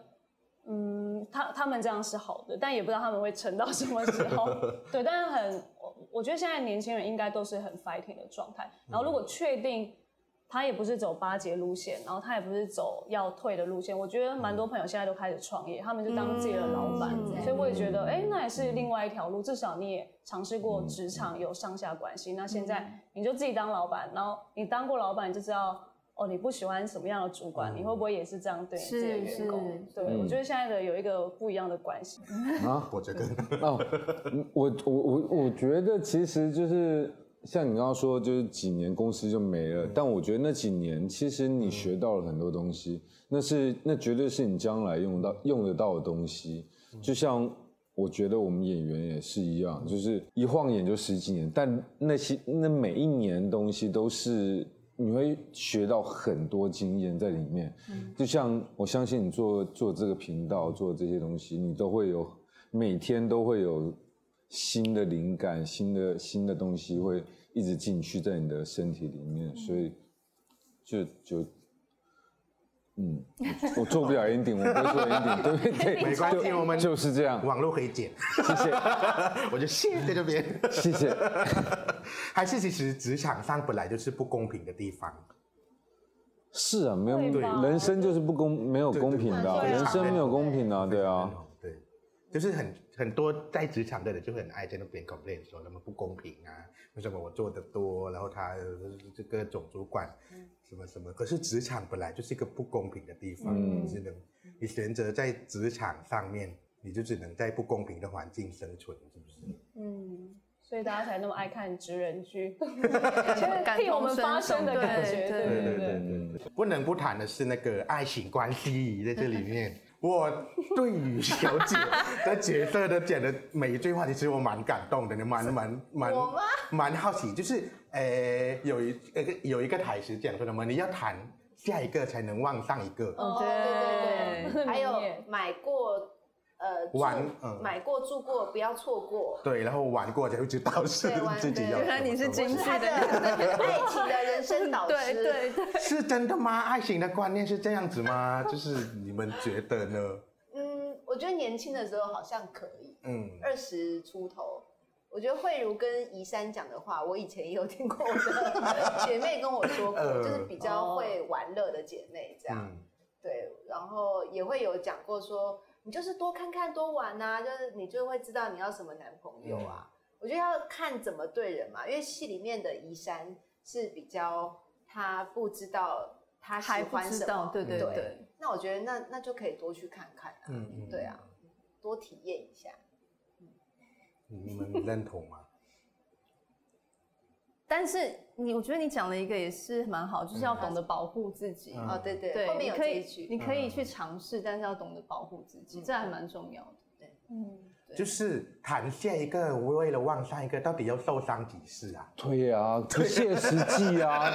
Speaker 2: 嗯，他他们这样是好的，但也不知道他们会撑到什么时候，对，但是很，我我觉得现在年轻人应该都是很 fighting 的状态，然后如果确定。他也不是走巴结路线，然后他也不是走要退的路线。我觉得蛮多朋友现在都开始创业，他们就当自己的老板，
Speaker 4: 嗯
Speaker 2: 所以我也觉得，哎、那也是另外一条路。至少你也尝试过职场有上下关系，那现在你就自己当老板，然后你当过老板，你就知道哦，你不喜欢什么样的主管，你会不会也是这样对你自己的
Speaker 3: 是
Speaker 2: 员工？对，
Speaker 5: 嗯
Speaker 2: 我觉得现在的有一个不一样的关系。
Speaker 5: 啊，
Speaker 1: 我这个
Speaker 5: 哦，嗯我我我我觉得其实就是像你刚刚说，就是几年公司就没了，但我觉得那几年其实你学到了很多东西，那是那绝对是你将来用到用得到的东西。就像我觉得我们演员也是一样，就是一晃眼就十几年，但那些那每一年东西都是你会学到很多经验在里面。就像我相信你做做这个频道做这些东西，你都会有每天都会有新的灵感、新的新的东西会一直进去在你的身体里面，所以就就。嗯，我我做不了 ending，我不会做 ending，对不对？
Speaker 1: 没关系
Speaker 5: 就
Speaker 1: 我们
Speaker 5: 就是这 样。
Speaker 1: 网络可以剪，
Speaker 5: 谢谢，
Speaker 1: 我就谢在这边。
Speaker 5: 谢谢。
Speaker 1: 还是其实职场上本来就是不公平的地方，
Speaker 5: 是啊，没有
Speaker 2: 对吧
Speaker 5: 人生就是不公，没有公平的啊，
Speaker 4: 对对对
Speaker 5: 人生没有公平啊，对啊，
Speaker 1: 嗯对，就是很很多在职场的人就很爱在那边 complain 说他们不公平啊，为什么我做的多，然后他呃这个总主管什么什么，可是职场本来就是一个不公平的地方，
Speaker 5: 嗯
Speaker 1: 你只能你选择在职场上面，你就只能在不公平的环境生存，是不是？
Speaker 2: 嗯，所以大家才那么爱看职 人剧，
Speaker 3: 感
Speaker 2: 替我们
Speaker 3: 同身
Speaker 2: 发声的
Speaker 3: 受
Speaker 2: 感觉，
Speaker 3: 对
Speaker 2: 对
Speaker 3: 对
Speaker 2: 对对。
Speaker 5: 嗯，
Speaker 1: 不能不谈的是那个爱情关系在这里 面。我对于小姐的角色的讲的每一句话，其实我蛮感动的，蛮蛮蛮
Speaker 4: 我吗
Speaker 1: 蛮好奇，就是呃，有一呃有一个台词讲说什么，你要谈下一个才能望上一
Speaker 3: 嗯
Speaker 1: 个，
Speaker 4: 哦，对对对，还 有买过呃住
Speaker 1: 玩嗯
Speaker 4: 买过住过，不要错过。
Speaker 1: 对，然后玩过才会知道是
Speaker 4: 对玩
Speaker 1: 自己要什
Speaker 4: 对
Speaker 1: 么。
Speaker 3: 原来你是
Speaker 4: 我
Speaker 3: 金
Speaker 4: 是他的 爱情的人生 导
Speaker 3: 对
Speaker 4: 师，
Speaker 3: 对对，
Speaker 1: 是真的吗？爱情的观念是这样子吗？就是你们觉得呢？
Speaker 4: 嗯，我觉得年轻的时候好像可以，
Speaker 1: 嗯，
Speaker 4: 二十出头。我觉得慧茹跟宜珊讲的话，我以前也有听过我的 姐妹跟我说过，
Speaker 1: 呃
Speaker 4: 就是比较会玩乐的姐妹这样。
Speaker 1: 嗯
Speaker 4: 对，啊然后也会有讲过说，你就是多看看多玩呐、就是你就会知道你要什么男朋友啊。我觉得要看怎么对人嘛，因为戏里面的宜珊是比较她不知道她喜
Speaker 3: 还不
Speaker 4: 欢
Speaker 3: 知
Speaker 4: 什么
Speaker 3: 道，，对对
Speaker 1: 对
Speaker 3: 对。
Speaker 4: 那我觉得那那就可以多去看看啊，
Speaker 1: 嗯嗯
Speaker 4: 对啊，多体验一下。
Speaker 1: 嗯你们认同吗？
Speaker 3: 但是你，我觉得你讲了一个也是蛮好，就是要懂得保护自己。呃
Speaker 1: 嗯
Speaker 4: 哦，对对，
Speaker 3: 对，
Speaker 4: 后面
Speaker 3: 你
Speaker 4: 有
Speaker 3: 可
Speaker 4: 这一
Speaker 3: 以，
Speaker 4: 句，
Speaker 3: 你可以去尝试，但是要懂得保护自己，
Speaker 1: 嗯
Speaker 3: 这还蛮重要的。嗯
Speaker 1: 就是谈下一个，为了望上一个，到底要受伤几次啊？
Speaker 5: 对啊，不切实际啊，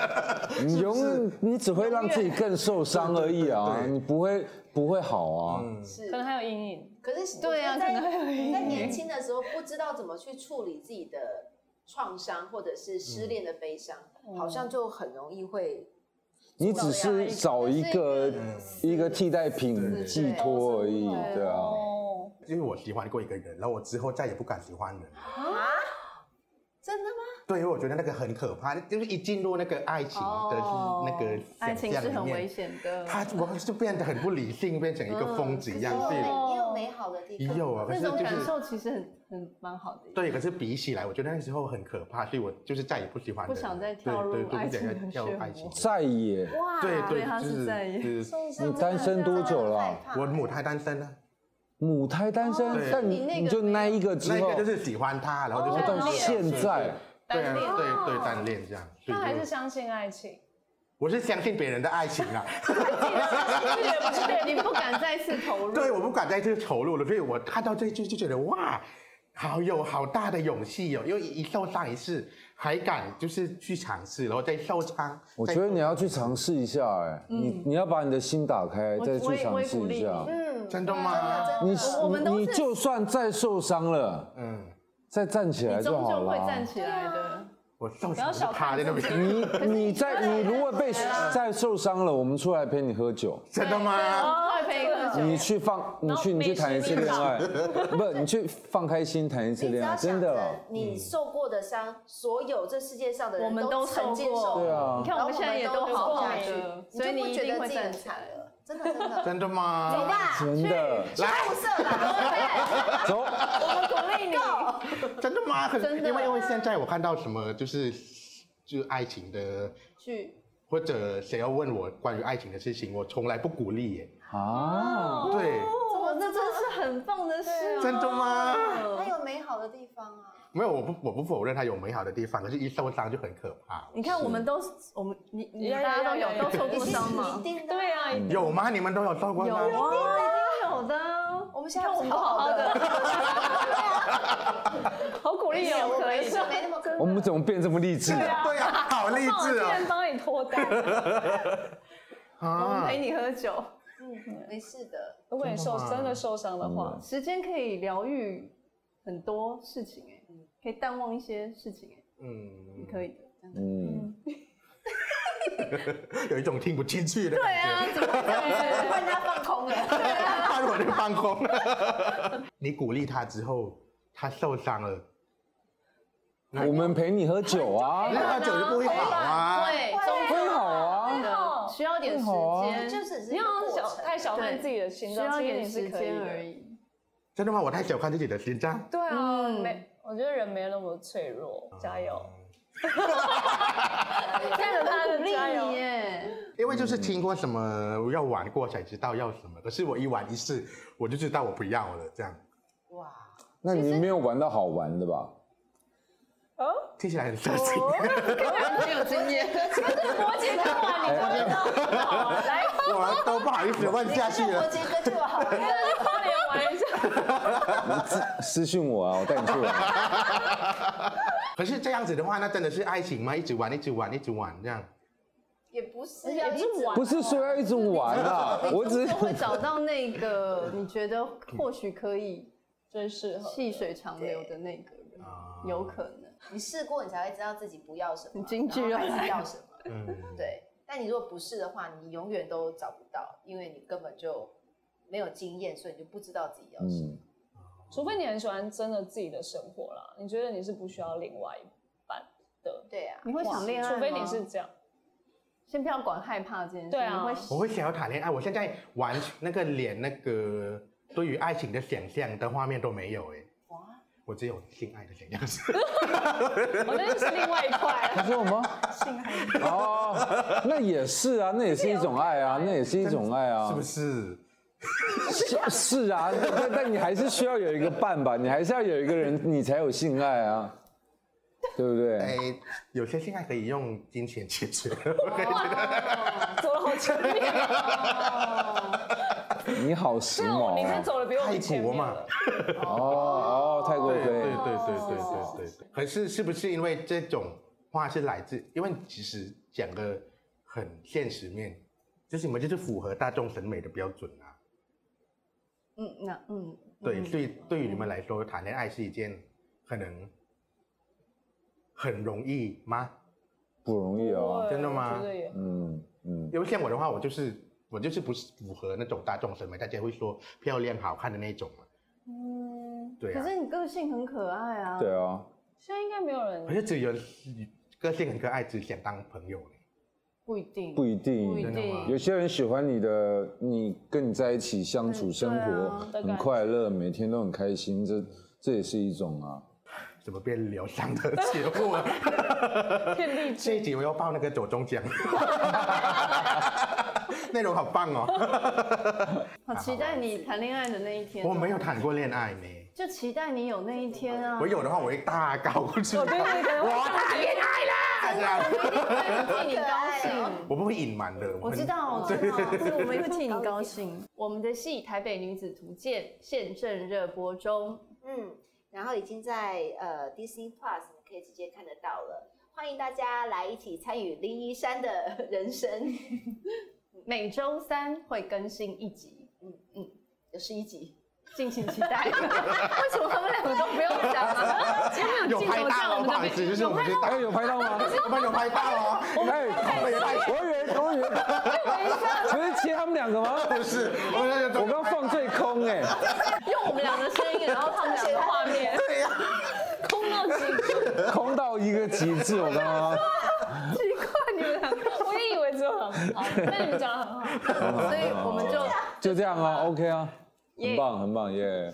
Speaker 5: 你永远你只会让自己更受伤而已啊，
Speaker 1: 对对对嗯对
Speaker 5: 你不会不会好啊，
Speaker 4: 是
Speaker 2: 可。能还有阴影，
Speaker 4: 可是
Speaker 3: 嗯对啊
Speaker 4: 我觉得在
Speaker 3: 可能会有阴
Speaker 4: 在
Speaker 3: 影
Speaker 4: 年轻的时候不知道怎么去处理自己
Speaker 1: 嗯
Speaker 3: 嗯
Speaker 4: 的创伤或者是失恋的悲伤，好像就很容易会
Speaker 5: 你只是找一个一个替代品
Speaker 1: 对
Speaker 5: 寄托而已，对啊。
Speaker 2: 哦，
Speaker 1: 因为我喜欢过一个人，然后我之后再也不敢喜欢人。
Speaker 4: 啊，真的吗？
Speaker 1: 对，因为我觉得那个很可怕，就是一进入那个爱情的那个
Speaker 3: 哦爱
Speaker 1: 想
Speaker 3: 情
Speaker 1: 象
Speaker 3: 是
Speaker 1: 里
Speaker 3: 很危
Speaker 1: 面，
Speaker 3: 险的。
Speaker 1: 他我就变得很不理性，变成一个疯子一样
Speaker 4: 可
Speaker 1: 去
Speaker 4: 是也有
Speaker 2: 是
Speaker 4: 美也有美好的地
Speaker 1: 也
Speaker 4: 方，
Speaker 1: 有啊，可
Speaker 3: 哦那
Speaker 1: 是
Speaker 3: 种
Speaker 1: 就
Speaker 3: 感
Speaker 1: 是
Speaker 3: 受其实很很蛮好的。
Speaker 1: 对，可是比起来，我觉得那时候很可怕，所以我就是再也不喜欢
Speaker 3: 不
Speaker 1: 人
Speaker 3: 想
Speaker 1: 了
Speaker 3: 再跳入
Speaker 1: 对对对
Speaker 3: 爱
Speaker 1: 不想
Speaker 3: 情
Speaker 1: 再
Speaker 3: 的
Speaker 1: 跳
Speaker 3: 漩
Speaker 1: 入爱
Speaker 3: 涡
Speaker 1: 情了。
Speaker 5: 再也
Speaker 4: 哇，
Speaker 1: 对对，
Speaker 3: 对他
Speaker 1: 就是
Speaker 3: 在意
Speaker 1: 就是
Speaker 5: 你单身多久了
Speaker 4: 害怕
Speaker 1: 我母胎单身啊呢，
Speaker 5: 母胎单身，
Speaker 1: 对
Speaker 5: 但
Speaker 3: 你那个
Speaker 5: 你就
Speaker 3: 没有
Speaker 5: 那一个之
Speaker 1: 那一
Speaker 5: 后
Speaker 1: 个，就是喜欢他，然后就
Speaker 5: 然
Speaker 1: 是
Speaker 5: 后
Speaker 2: 哦
Speaker 5: 到现在，
Speaker 1: 对
Speaker 2: 单
Speaker 1: 啊
Speaker 2: 恋，
Speaker 1: 对对单恋这样，所以
Speaker 2: 他还
Speaker 1: 就是
Speaker 2: 相信爱情，
Speaker 1: 我是相信别人的爱情 啊，
Speaker 2: 这也不是对
Speaker 3: 对，你不敢再次投入。
Speaker 1: 对，我不敢再去投入了，所以我看到这一句就觉得哇，好有好大的勇气哦，因为一受伤一次还敢就是去尝试，然后再受伤，
Speaker 5: 我
Speaker 1: 再
Speaker 5: 觉得你要去尝试一下，哎，你你要把你的心打开，
Speaker 3: 嗯我
Speaker 5: 再
Speaker 3: 我
Speaker 5: 去
Speaker 3: 也我
Speaker 5: 尝
Speaker 3: 也
Speaker 5: 试
Speaker 3: 鼓
Speaker 5: 一
Speaker 3: 励
Speaker 5: 下
Speaker 3: 你。
Speaker 4: 嗯
Speaker 1: 真的吗？
Speaker 5: 你
Speaker 3: 我们都是
Speaker 5: 你就算再受伤了，
Speaker 1: 嗯，
Speaker 5: 再站起来
Speaker 3: 你
Speaker 5: 就
Speaker 3: 终
Speaker 5: 好
Speaker 3: 究
Speaker 5: 了
Speaker 3: 会
Speaker 5: 啊。
Speaker 3: 站起来的。
Speaker 1: 我受
Speaker 2: 不要
Speaker 1: 伤是
Speaker 2: 小
Speaker 1: 趴
Speaker 2: 看
Speaker 1: 在那
Speaker 2: 自己
Speaker 1: 边，
Speaker 5: 你你在你如果被再受伤了，我们出来陪你喝酒，
Speaker 1: 真的吗？
Speaker 2: 哦，
Speaker 3: 快陪一个
Speaker 5: 你去放，你去你去谈一次 恋爱，不，你去放开心谈一次
Speaker 4: 你只
Speaker 5: 恋爱，
Speaker 4: 要
Speaker 5: 真
Speaker 1: 嗯
Speaker 4: 想
Speaker 5: 的
Speaker 4: 着
Speaker 1: 哦
Speaker 5: 啦，
Speaker 4: 你受过的伤，所有这世界上的人
Speaker 3: 我们
Speaker 4: 都
Speaker 3: 都
Speaker 4: 曾
Speaker 3: 受
Speaker 4: 经受
Speaker 3: 过，
Speaker 5: 对啊
Speaker 3: 你看我们现在也都好好
Speaker 2: 你就
Speaker 3: 的，
Speaker 4: 所
Speaker 3: 所
Speaker 4: 以
Speaker 3: 以
Speaker 4: 你
Speaker 3: 你
Speaker 4: 一
Speaker 3: 一
Speaker 4: 定
Speaker 3: 定
Speaker 4: 会
Speaker 3: 会
Speaker 4: 站
Speaker 3: 站
Speaker 4: 起
Speaker 3: 起
Speaker 4: 来
Speaker 3: 来。
Speaker 4: 了，真的真 的，
Speaker 1: 真的吗？
Speaker 4: 走吧，
Speaker 5: 真的，
Speaker 1: 来，
Speaker 4: 物色 吧，
Speaker 5: 走，
Speaker 3: 啊
Speaker 1: 真的吗？很
Speaker 3: 真的
Speaker 1: 因为因为现在我看到什么就是就是爱情的，
Speaker 3: 去
Speaker 1: 或者谁要问我关于爱情的事情，我从来不鼓励耶。
Speaker 5: 啊，
Speaker 1: 对，
Speaker 3: 哦，那真是很棒的事。哦
Speaker 1: 真的吗？
Speaker 4: 对，它有美好的地方啊。
Speaker 1: 没有，我不我不否认它有美好的地方，可是一受伤就很可怕。
Speaker 3: 你看，我们都我们你你
Speaker 2: 呀
Speaker 3: 大家都
Speaker 2: 呀呀
Speaker 3: 有都受过伤
Speaker 4: 一
Speaker 3: 嘛？
Speaker 4: 定的，
Speaker 2: 对啊，
Speaker 1: 有吗？你们都有受过
Speaker 3: 有
Speaker 1: 伤？
Speaker 3: 啊，一定有的。哦
Speaker 4: 我们现在
Speaker 3: 我
Speaker 4: 我
Speaker 3: 们
Speaker 4: 们
Speaker 3: 都好
Speaker 4: 好
Speaker 3: 好
Speaker 4: 好
Speaker 3: 的
Speaker 4: 的，
Speaker 2: 好鼓励哦，
Speaker 4: 我
Speaker 2: 可
Speaker 4: 们
Speaker 2: 以
Speaker 4: 是没那么
Speaker 5: 我们怎么变这么励志啊？
Speaker 1: 对啊，好励
Speaker 2: 放我
Speaker 1: 志
Speaker 2: 今天
Speaker 1: 哦！
Speaker 2: 帮你脱单，
Speaker 3: 我们
Speaker 1: 啊
Speaker 3: 陪，你喝酒，
Speaker 4: 没事的。
Speaker 2: 如果你受
Speaker 1: 真的吗
Speaker 2: 真的受伤的话，
Speaker 3: 时间可以疗愈很多事情哎，可以淡忘一些事情哎，
Speaker 1: 嗯
Speaker 3: 你可以的。
Speaker 5: 嗯，
Speaker 1: 有一种听不进去的
Speaker 3: 啊
Speaker 1: 感觉，
Speaker 4: 突然间放 空了，
Speaker 1: 看我就放空。 你鼓励他之后，他受伤了，
Speaker 3: 嗯
Speaker 5: 我们陪你喝酒啊，
Speaker 1: 那他酒就不会好啊。
Speaker 3: 对，
Speaker 5: 会好啊，
Speaker 2: 哦
Speaker 3: 需要点时
Speaker 5: 会好啊
Speaker 3: 间，
Speaker 4: 就是只
Speaker 2: 你
Speaker 4: 是
Speaker 2: 好像小太小看
Speaker 3: 对
Speaker 2: 自己的心
Speaker 3: 需
Speaker 2: 脏，
Speaker 3: 要
Speaker 2: 其实
Speaker 3: 点
Speaker 2: 你是
Speaker 3: 时
Speaker 2: 可以
Speaker 3: 间
Speaker 2: 的
Speaker 3: 而。已。
Speaker 1: 真的吗？我太小看自己的心脏。
Speaker 2: 对啊，
Speaker 3: 嗯
Speaker 2: 没，我觉得人没那么脆弱，加油！
Speaker 3: 看
Speaker 2: 着他的
Speaker 3: 鼓励
Speaker 2: 加油
Speaker 3: 你哎 耶，
Speaker 1: 因为就是听过什么要玩过才知道要什么，可是我一玩一试，我就知道我不要了，这样
Speaker 4: 哇，
Speaker 5: 那你没有玩到好玩的吧？
Speaker 2: 啊哦
Speaker 1: 听起来很色情。
Speaker 3: 哦很有经验。
Speaker 2: 摩羯座啊，你真的好，来，
Speaker 1: 我都不好意思问下去
Speaker 4: 我
Speaker 1: 了。
Speaker 4: 杰哥就 好了，
Speaker 2: 花莲玩一下。
Speaker 5: 私信我啊，我带你去玩。
Speaker 1: 可是这样子的话，那真的是爱情吗？一直玩，一直玩，一直玩这样。
Speaker 4: 也不是要一直
Speaker 2: 也不是玩
Speaker 5: 不是说要一直 玩啊，我只
Speaker 3: 就是会找到那个你觉得或许可以
Speaker 2: 最适合
Speaker 3: 细水长流的那个人，有可能。
Speaker 4: 你试过，你才会知道自己不要什么，
Speaker 3: 你京剧
Speaker 4: 然后
Speaker 3: 又
Speaker 4: 还
Speaker 3: 来
Speaker 4: 是
Speaker 3: 了
Speaker 4: 要什么。
Speaker 1: 嗯，
Speaker 4: 对，但你如果不是的话，你永远都找不到，因为你根本就没有经验，所以你就不知道自己要什么。
Speaker 5: 嗯，
Speaker 2: 除非你很喜欢真的自己的生活啦，你觉得你是不需要另外一半的，
Speaker 1: 嗯
Speaker 4: 对啊，
Speaker 3: 你会想恋爱吗
Speaker 2: 除非你是这样。
Speaker 3: 先不要管害怕这件事，
Speaker 2: 对啊
Speaker 3: 你会
Speaker 1: 我会想要谈恋爱。我现在完全那个连那个对于爱情的想象的画面都没有哎、
Speaker 4: 哇，
Speaker 1: 我只有性爱的想象。
Speaker 2: 我那是另外一
Speaker 5: 他
Speaker 2: 块，啊
Speaker 5: 说什么？哦，那也是啊，那也是一种爱啊，那也是一种爱啊，
Speaker 1: 是不是？
Speaker 5: 是是啊，但但你还是需要有一个伴吧，你还是要有一个人，你才有性爱啊，对不对？
Speaker 1: 哎，有些性爱可以用金钱解决。
Speaker 2: 走了好前面啊，
Speaker 5: 你好时
Speaker 2: 对啊，我
Speaker 5: 髦
Speaker 2: 你
Speaker 5: 啊
Speaker 2: 是！走的比我们前面了。
Speaker 5: 哦哦，泰国
Speaker 1: 对对
Speaker 5: 可以，
Speaker 1: 对对对对对对。可是是不是因为这种话是来自？因为其实讲的很现实面，就是你们就是符合大众审美的标准啊。
Speaker 3: 嗯，那嗯，
Speaker 1: 对，所以对于你们来说，谈恋爱是一件可能很容易吗？
Speaker 5: 不容易啊。
Speaker 2: 对
Speaker 1: 真的吗
Speaker 2: 我觉得也
Speaker 5: 嗯嗯，
Speaker 1: 因为像我的话，我就是我就是不是符合那种大众审美，大家会说漂亮好看的那种嘛。
Speaker 3: 嗯，
Speaker 1: 对啊
Speaker 3: 可是你个性很可爱啊。
Speaker 5: 对啊，
Speaker 2: 现在应该没有
Speaker 1: 可
Speaker 2: 人。
Speaker 1: 是只有个性很可爱，只想当朋友。
Speaker 3: 不一定，
Speaker 5: 不一
Speaker 3: 不一
Speaker 5: 定。
Speaker 1: 真的
Speaker 3: 定
Speaker 1: 吗。
Speaker 5: 有些人喜欢你的，你跟你在一起相处生活
Speaker 3: 嗯
Speaker 2: 对啊
Speaker 5: 很快乐，每天都很开心，这这也是一种啊。
Speaker 1: 怎么变疗伤的节目了？
Speaker 2: 变 励
Speaker 1: 这一
Speaker 2: 志，
Speaker 1: 集我要报那个左中奖， 内容好棒哦！
Speaker 3: 好期待你谈恋爱的那一天。哦
Speaker 1: 我没有，谈过恋爱呢，
Speaker 3: 就期待你有那一天啊。
Speaker 1: 我有的话我会大高过去，
Speaker 2: 哦对对对
Speaker 1: 我谈恋爱啦， 这样
Speaker 3: 替你高 兴。
Speaker 1: 我不会隐瞒的。
Speaker 3: 我
Speaker 1: 很
Speaker 3: 知道，我
Speaker 1: 对
Speaker 3: 知道，我们会替你高兴。我们的戏《台北女子图鉴》现正热播中，
Speaker 4: 嗯，然后已经在呃 Disney Plus 你可以直接看得到了，欢迎大家来一起参与林一山的 人生，
Speaker 3: 每周三会更新一集，
Speaker 4: 有十一集。
Speaker 3: 敬请期待。为什么他们两个都不用讲啊？今 天没有
Speaker 1: 有
Speaker 3: 镜头
Speaker 1: 拍
Speaker 3: 在
Speaker 1: 到
Speaker 3: 我
Speaker 1: 哦，不
Speaker 3: 们的
Speaker 1: 好意
Speaker 3: 面
Speaker 1: 思，就是我们去
Speaker 5: 哎、
Speaker 1: 打，
Speaker 5: 有拍到吗？
Speaker 1: 我们有拍到 哦。
Speaker 5: 哎，
Speaker 1: 我也拍
Speaker 5: 我以为我以为，不是切他们两个吗？
Speaker 1: 不是，我
Speaker 5: 我刚放最空哎、
Speaker 2: 用我们俩的声音，然后他们俩的画面，
Speaker 1: 对呀，
Speaker 2: 空到极致。
Speaker 5: 空到一个极致，我刚刚。
Speaker 3: 奇怪，你们两个，
Speaker 2: 我也以为只有很好，但你们讲的很好。
Speaker 3: 所以我们就
Speaker 5: 就这样啊，OK 啊，很棒很棒耶！